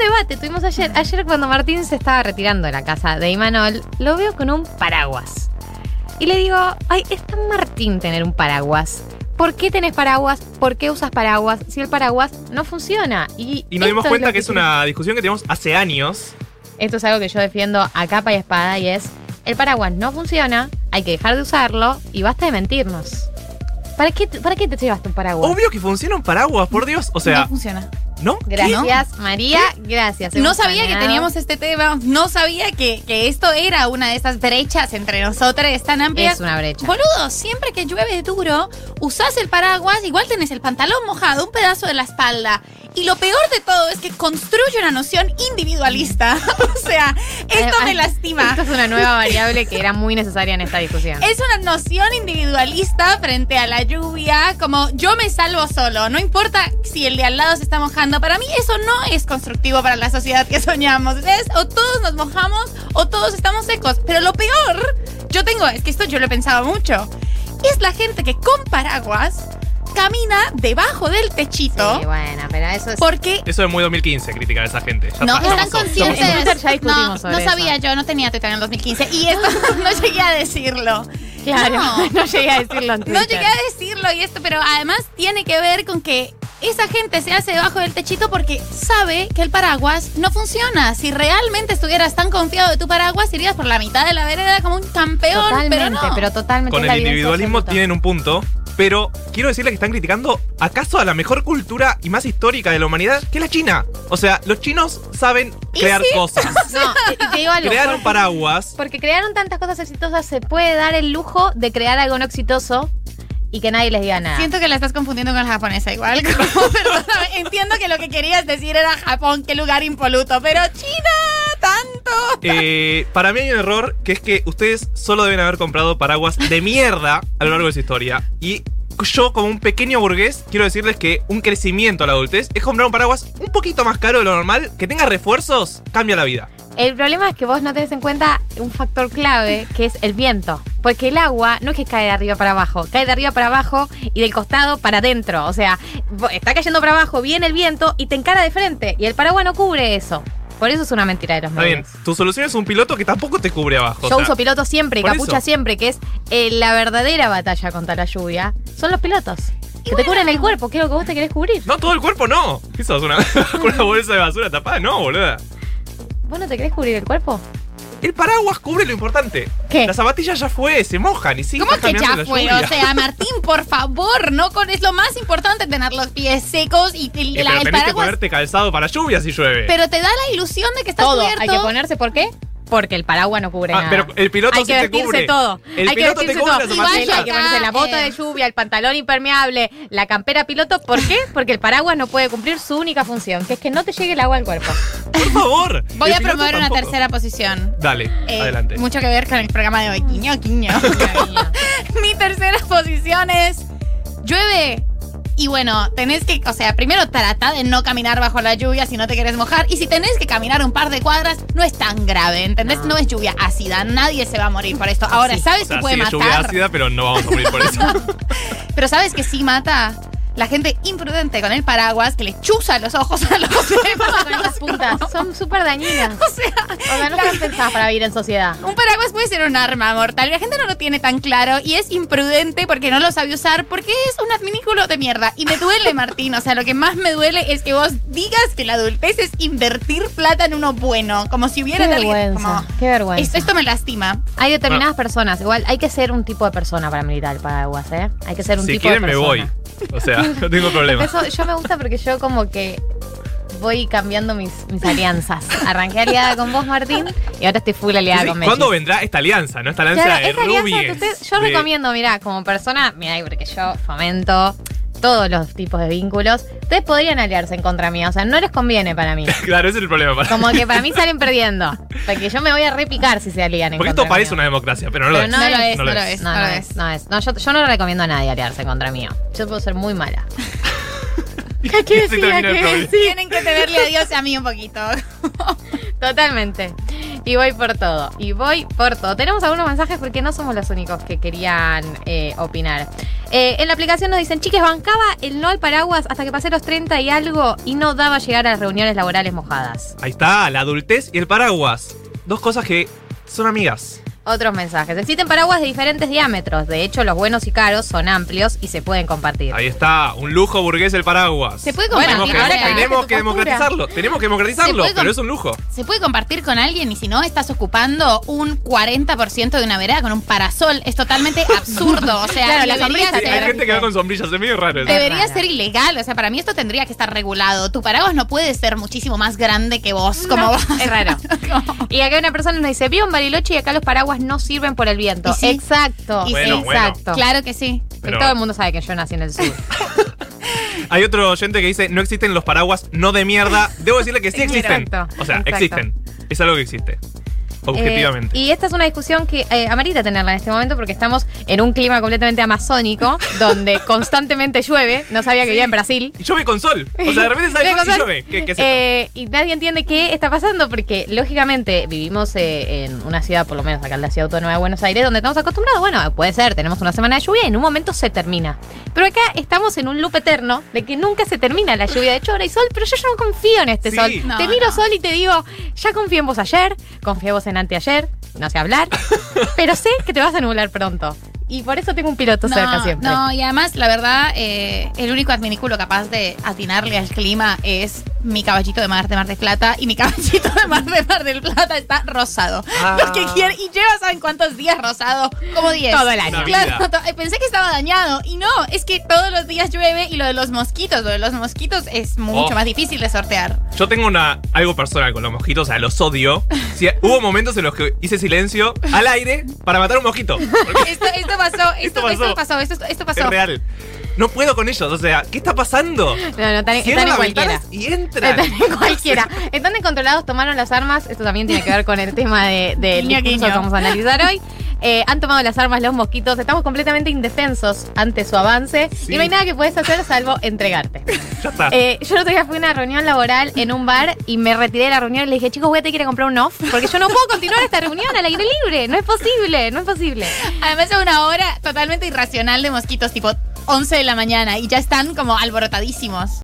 debate tuvimos ayer. Ayer cuando Martín se estaba retirando de la casa de Imanol, lo veo con un paraguas. Y le digo, ay, es tan Martín tener un paraguas. ¿Por qué tenés paraguas? ¿Por qué usas paraguas? Si el paraguas no funciona. Y, Y esto nos dimos es cuenta lo que es yo- una discusión que teníamos hace años. Esto es algo que yo defiendo a capa y espada y es, el paraguas no funciona, hay que dejar de usarlo y basta de mentirnos. ¿Para qué, te- para qué te llevas tu paraguas? Obvio que funcionan paraguas, por Dios. O no sea, funciona. ¿no? ¿Qué? Gracias, María. Gracias. No Hemos sabía que planeado. teníamos este tema, no sabía que, que esto era una de esas brechas entre nosotros tan amplias. Es una brecha. Boludo, siempre que llueve duro, usás el paraguas, igual tenés el pantalón mojado, un pedazo de la espalda. Y lo peor de todo es que construye una noción individualista. o sea, esto me lastima. Esta es una nueva variable que era muy necesaria en esta discusión. Es una noción individualista frente a la lluvia, como yo me salvo solo, no importa si el de al lado se está mojando. Para mí eso no es constructivo para la sociedad que soñamos. Es o todos nos mojamos o todos estamos secos. Pero lo peor, yo tengo, es que esto yo lo he pensado mucho, es la gente que con paraguas camina debajo del techito Sí, bueno, pues, pero eso es. porque Eso es muy 2015, criticar a esa gente. Ya no, está, ya están pasó, ya conscientes. pasó. En Twitter ya discutimos no, sobre no sabía eso. yo, no tenía Twitter en el 2015 y esto no llegué a decirlo. claro, no. no. llegué a decirlo en No Twitter. llegué a decirlo y esto, pero además tiene que ver con que esa gente se hace debajo del techito porque sabe que el paraguas no funciona. Si realmente estuvieras tan confiado de tu paraguas, irías por la mitad de la vereda como un campeón, Totalmente, pero no. totalmente. Con es la el evidencia individualismo absoluta. tienen un punto. Pero quiero decirles que están criticando acaso a la mejor cultura y más histórica de la humanidad, que es la China. O sea, los chinos saben Y crear sí. cosas. No, te- te digo algo. Crearon porque- paraguas. Porque crearon tantas cosas exitosas, se puede dar el lujo de crear algo no exitoso y que nadie les diga nada. Siento que la estás confundiendo con la japonesa igual. como, perdóname, entiendo que lo que querías decir era Japón, qué lugar impoluto, pero China, tanto. Eh, para mí hay un error que es que ustedes solo deben haber comprado paraguas de mierda a lo largo de su historia. Y yo, como un pequeño burgués, quiero decirles que un crecimiento a la adultez es comprar un paraguas un poquito más caro de lo normal, que tenga refuerzos, cambia la vida. El problema es que vos no tenés en cuenta un factor clave, que es el viento. Porque el agua no es que cae de arriba para abajo, cae de arriba para abajo y del costado para adentro. O sea, vo- está cayendo para abajo, viene el viento y te encara de frente. Y el paraguas no cubre eso. Por eso es una mentira de los Está bien, medios. tu solución es un piloto que tampoco te cubre abajo. Yo o sea, uso piloto siempre y por capucha eso. siempre, que es eh, la verdadera batalla contra la lluvia. Son los pilotos. Que te cubren el cuerpo, que es lo que vos te querés cubrir. No, todo el cuerpo no. ¿Qué sos? Una, una bolsa de basura tapada. No, boluda. ¿Vos no te querés cubrir el cuerpo? El paraguas cubre lo importante. ¿Qué? Las zapatillas ya fue, se mojan y sí, ¿Cómo estás que ya caminando en la fue? lluvia. Eh, O sea, Martín, por favor, no con es lo más importante tener los pies secos y, y Eh, la, pero el tenés que paraguas ponerte calzado para lluvia si llueve. Pero te da la ilusión de que estás Todo. cubierto. Hay que ponerse, ¿por qué? Porque el paraguas no cubre Ah, nada. pero el piloto hay sí que te vestirse cubre. todo. El hay que piloto te vestirse cubre todo. las Y zapatillas. vaya, hay que ponerse la bota Eh. de lluvia, el pantalón impermeable, la campera piloto. ¿Por qué? Porque el paraguas no puede cumplir su única función, que es que no te llegue el agua al cuerpo. Por favor. Voy El a piloto promover una tampoco. tercera posición. Dale, Eh, adelante. Mucho que ver con el programa de hoy. Quiño, quiño. Mi tercera posición es llueve. Y bueno, tenés que, o sea, primero trata de no caminar bajo la lluvia si no te querés mojar. Y si tenés que caminar un par de cuadras, no es tan grave, ¿entendés? No. No, es lluvia ácida, nadie se va a morir por esto. Ahora, Sí. ¿sabes O sea, que puede sí, es lluvia matar? ácida, pero no vamos a morir por eso. Pero ¿sabes que sí mata? La gente imprudente con el paraguas que le chuza los ojos a los demás. Con esas puntas, son súper dañinas. O sea, O sea, nunca pensabas para vivir en sociedad. Un paraguas puede ser un arma mortal. La gente no lo tiene tan claro y es imprudente porque no lo sabe usar porque es un adminículo de mierda. Y me duele, Martín. O sea, lo que más me duele es que vos digas que la adultez es invertir plata en uno bueno. Como si Qué hubiera de alguien. vergüenza, Como, qué vergüenza. esto, esto me lastima. Hay Ah. determinadas personas, igual hay que ser un tipo de persona para militar el paraguas, ¿eh? Hay que ser un si tipo de quieren persona. me voy. O sea, no tengo problema. Eso yo me gusta porque yo como que voy cambiando mis, mis alianzas. Arranqué aliada con vos, Martín, y ahora estoy full aliada Sí, con Messi. ¿Cuándo vendrá esta alianza? ¿No? Esta alianza Claro, de esa alianza que rubies, usted, yo de- recomiendo, mirá, como persona, mirá, porque yo fomento todos los tipos de vínculos, ustedes podrían aliarse en contra mía, o sea, no les conviene para mí. Claro, ese es el problema. para- Como que para mí salen perdiendo, porque yo me voy a repicar si se alían en Porque contra esto parece mío. una democracia, pero no lo Pero es. no lo es, no lo es. No, no es, no es. No, yo, yo no le recomiendo a nadie aliarse contra mí. Yo puedo ser muy mala. ¿Qué decía que- Tienen que tenerle a Dios y a mí un poquito. Totalmente. Y voy por todo. Y voy por todo. Tenemos algunos mensajes porque no somos los únicos que querían eh, opinar. Eh, en la aplicación nos dicen, chiques, bancaba el no al paraguas hasta que pasé los 30 y algo y no daba llegar a las reuniones laborales mojadas. Ahí está, la adultez y el paraguas. Dos cosas que son amigas. Otros mensajes. Existen paraguas de diferentes diámetros. De hecho, los buenos y caros son amplios y se pueden compartir. Ahí está, un lujo burgués el paraguas. Se puede compartir tenemos que, ahora que tenemos tu que postura. democratizarlo, tenemos que democratizarlo, Se puede pero com- es un lujo. Se puede compartir con alguien y si no, estás ocupando un 40% de una vereda con un parasol. Es totalmente absurdo. O sea, Claro, la debería sombrilla, Hay- Hay claro. ser, gente que va con sombrillas, es medio raro. eso. Eh, debería Es raro. ser ilegal. O sea, para mí esto tendría que estar regulado. Tu paraguas no puede ser muchísimo más grande que vos. Como No, vos. Es raro. Y acá una persona nos dice, vivo en Bariloche y acá los paraguas no sirven por el viento. Y sí. Exacto. Y sí. Bueno, bueno. exacto. Claro que sí. Pero- Todo el mundo sabe que yo nací en el sur. Hay otro oyente que dice, no existen los paraguas, no de mierda. Debo decirle que sí existen. Exacto, o sea, exacto. existen. Es algo que existe. Objetivamente. Eh, y esta es una discusión que eh, amerita tenerla en este momento porque estamos en un clima completamente amazónico, donde constantemente llueve. No sabía que vivía en Brasil. y... Llueve con sol. O sea, de repente sale Llueve sol con y sol. llueve. ¿Qué, qué es esto? Eh, y nadie entiende qué está pasando porque, lógicamente, vivimos eh, en una ciudad, por lo menos acá en la ciudad autónoma de Buenos Aires, donde estamos acostumbrados. Bueno, puede ser, tenemos una semana de lluvia y en un momento se termina. Pero acá estamos en un loop eterno de que nunca se termina la lluvia. De hecho, ahora hay sol, pero yo, ya no confío en este Sí. sol. No, te miro no. sol y te digo, ya confié en vos ayer, confié en vos en anteayer, no sé hablar, pero sé que te vas a nublar pronto. Y por eso tengo un piloto cerca siempre. no, y además, la verdad, eh, el único adminículo capaz de atinarle al clima es mi caballito de mar de Mar del Plata. Y mi caballito de mar de Mar del Plata está rosado. Ah. Los que quieren. Y lleva, ¿saben cuántos días rosado? Como 10. Todo el año. La Claro, vida. to- eh, pensé que estaba dañado. Y no, es que todos los días llueve. Y lo de los mosquitos, lo de los mosquitos es mucho Oh. más difícil de sortear. Yo tengo una, algo personal con los mosquitos, o sea, los odio. Sí, hubo momentos en los que hice silencio al aire para matar un mosquito. Porque Esto, esto pasó, esto, Esto esto pasó. pasó, esto, esto pasó. es real. No puedo con ellos, o sea, ¿qué está pasando? No, no, están, Cierran están en las cualquiera. ventanas y entran. Están en cualquiera. Están descontrolados, tomaron las armas. Esto también tiene que ver con el tema de- del Guiño, discurso guiño. que vamos a analizar hoy. Eh, han tomado las armas los mosquitos. Estamos completamente indefensos ante su avance. Sí. Ah. Y no hay nada que puedes hacer salvo entregarte. Ya está. Eh, yo el otro día fui a una reunión laboral en un bar y me retiré de la reunión y le dije, chicos, voy a tener que ir a comprar un off porque yo no puedo continuar esta reunión al aire libre. No es posible, no es posible. Además es una hora totalmente irracional de mosquitos, tipo 11 de la mañana, y ya están como alborotadísimos.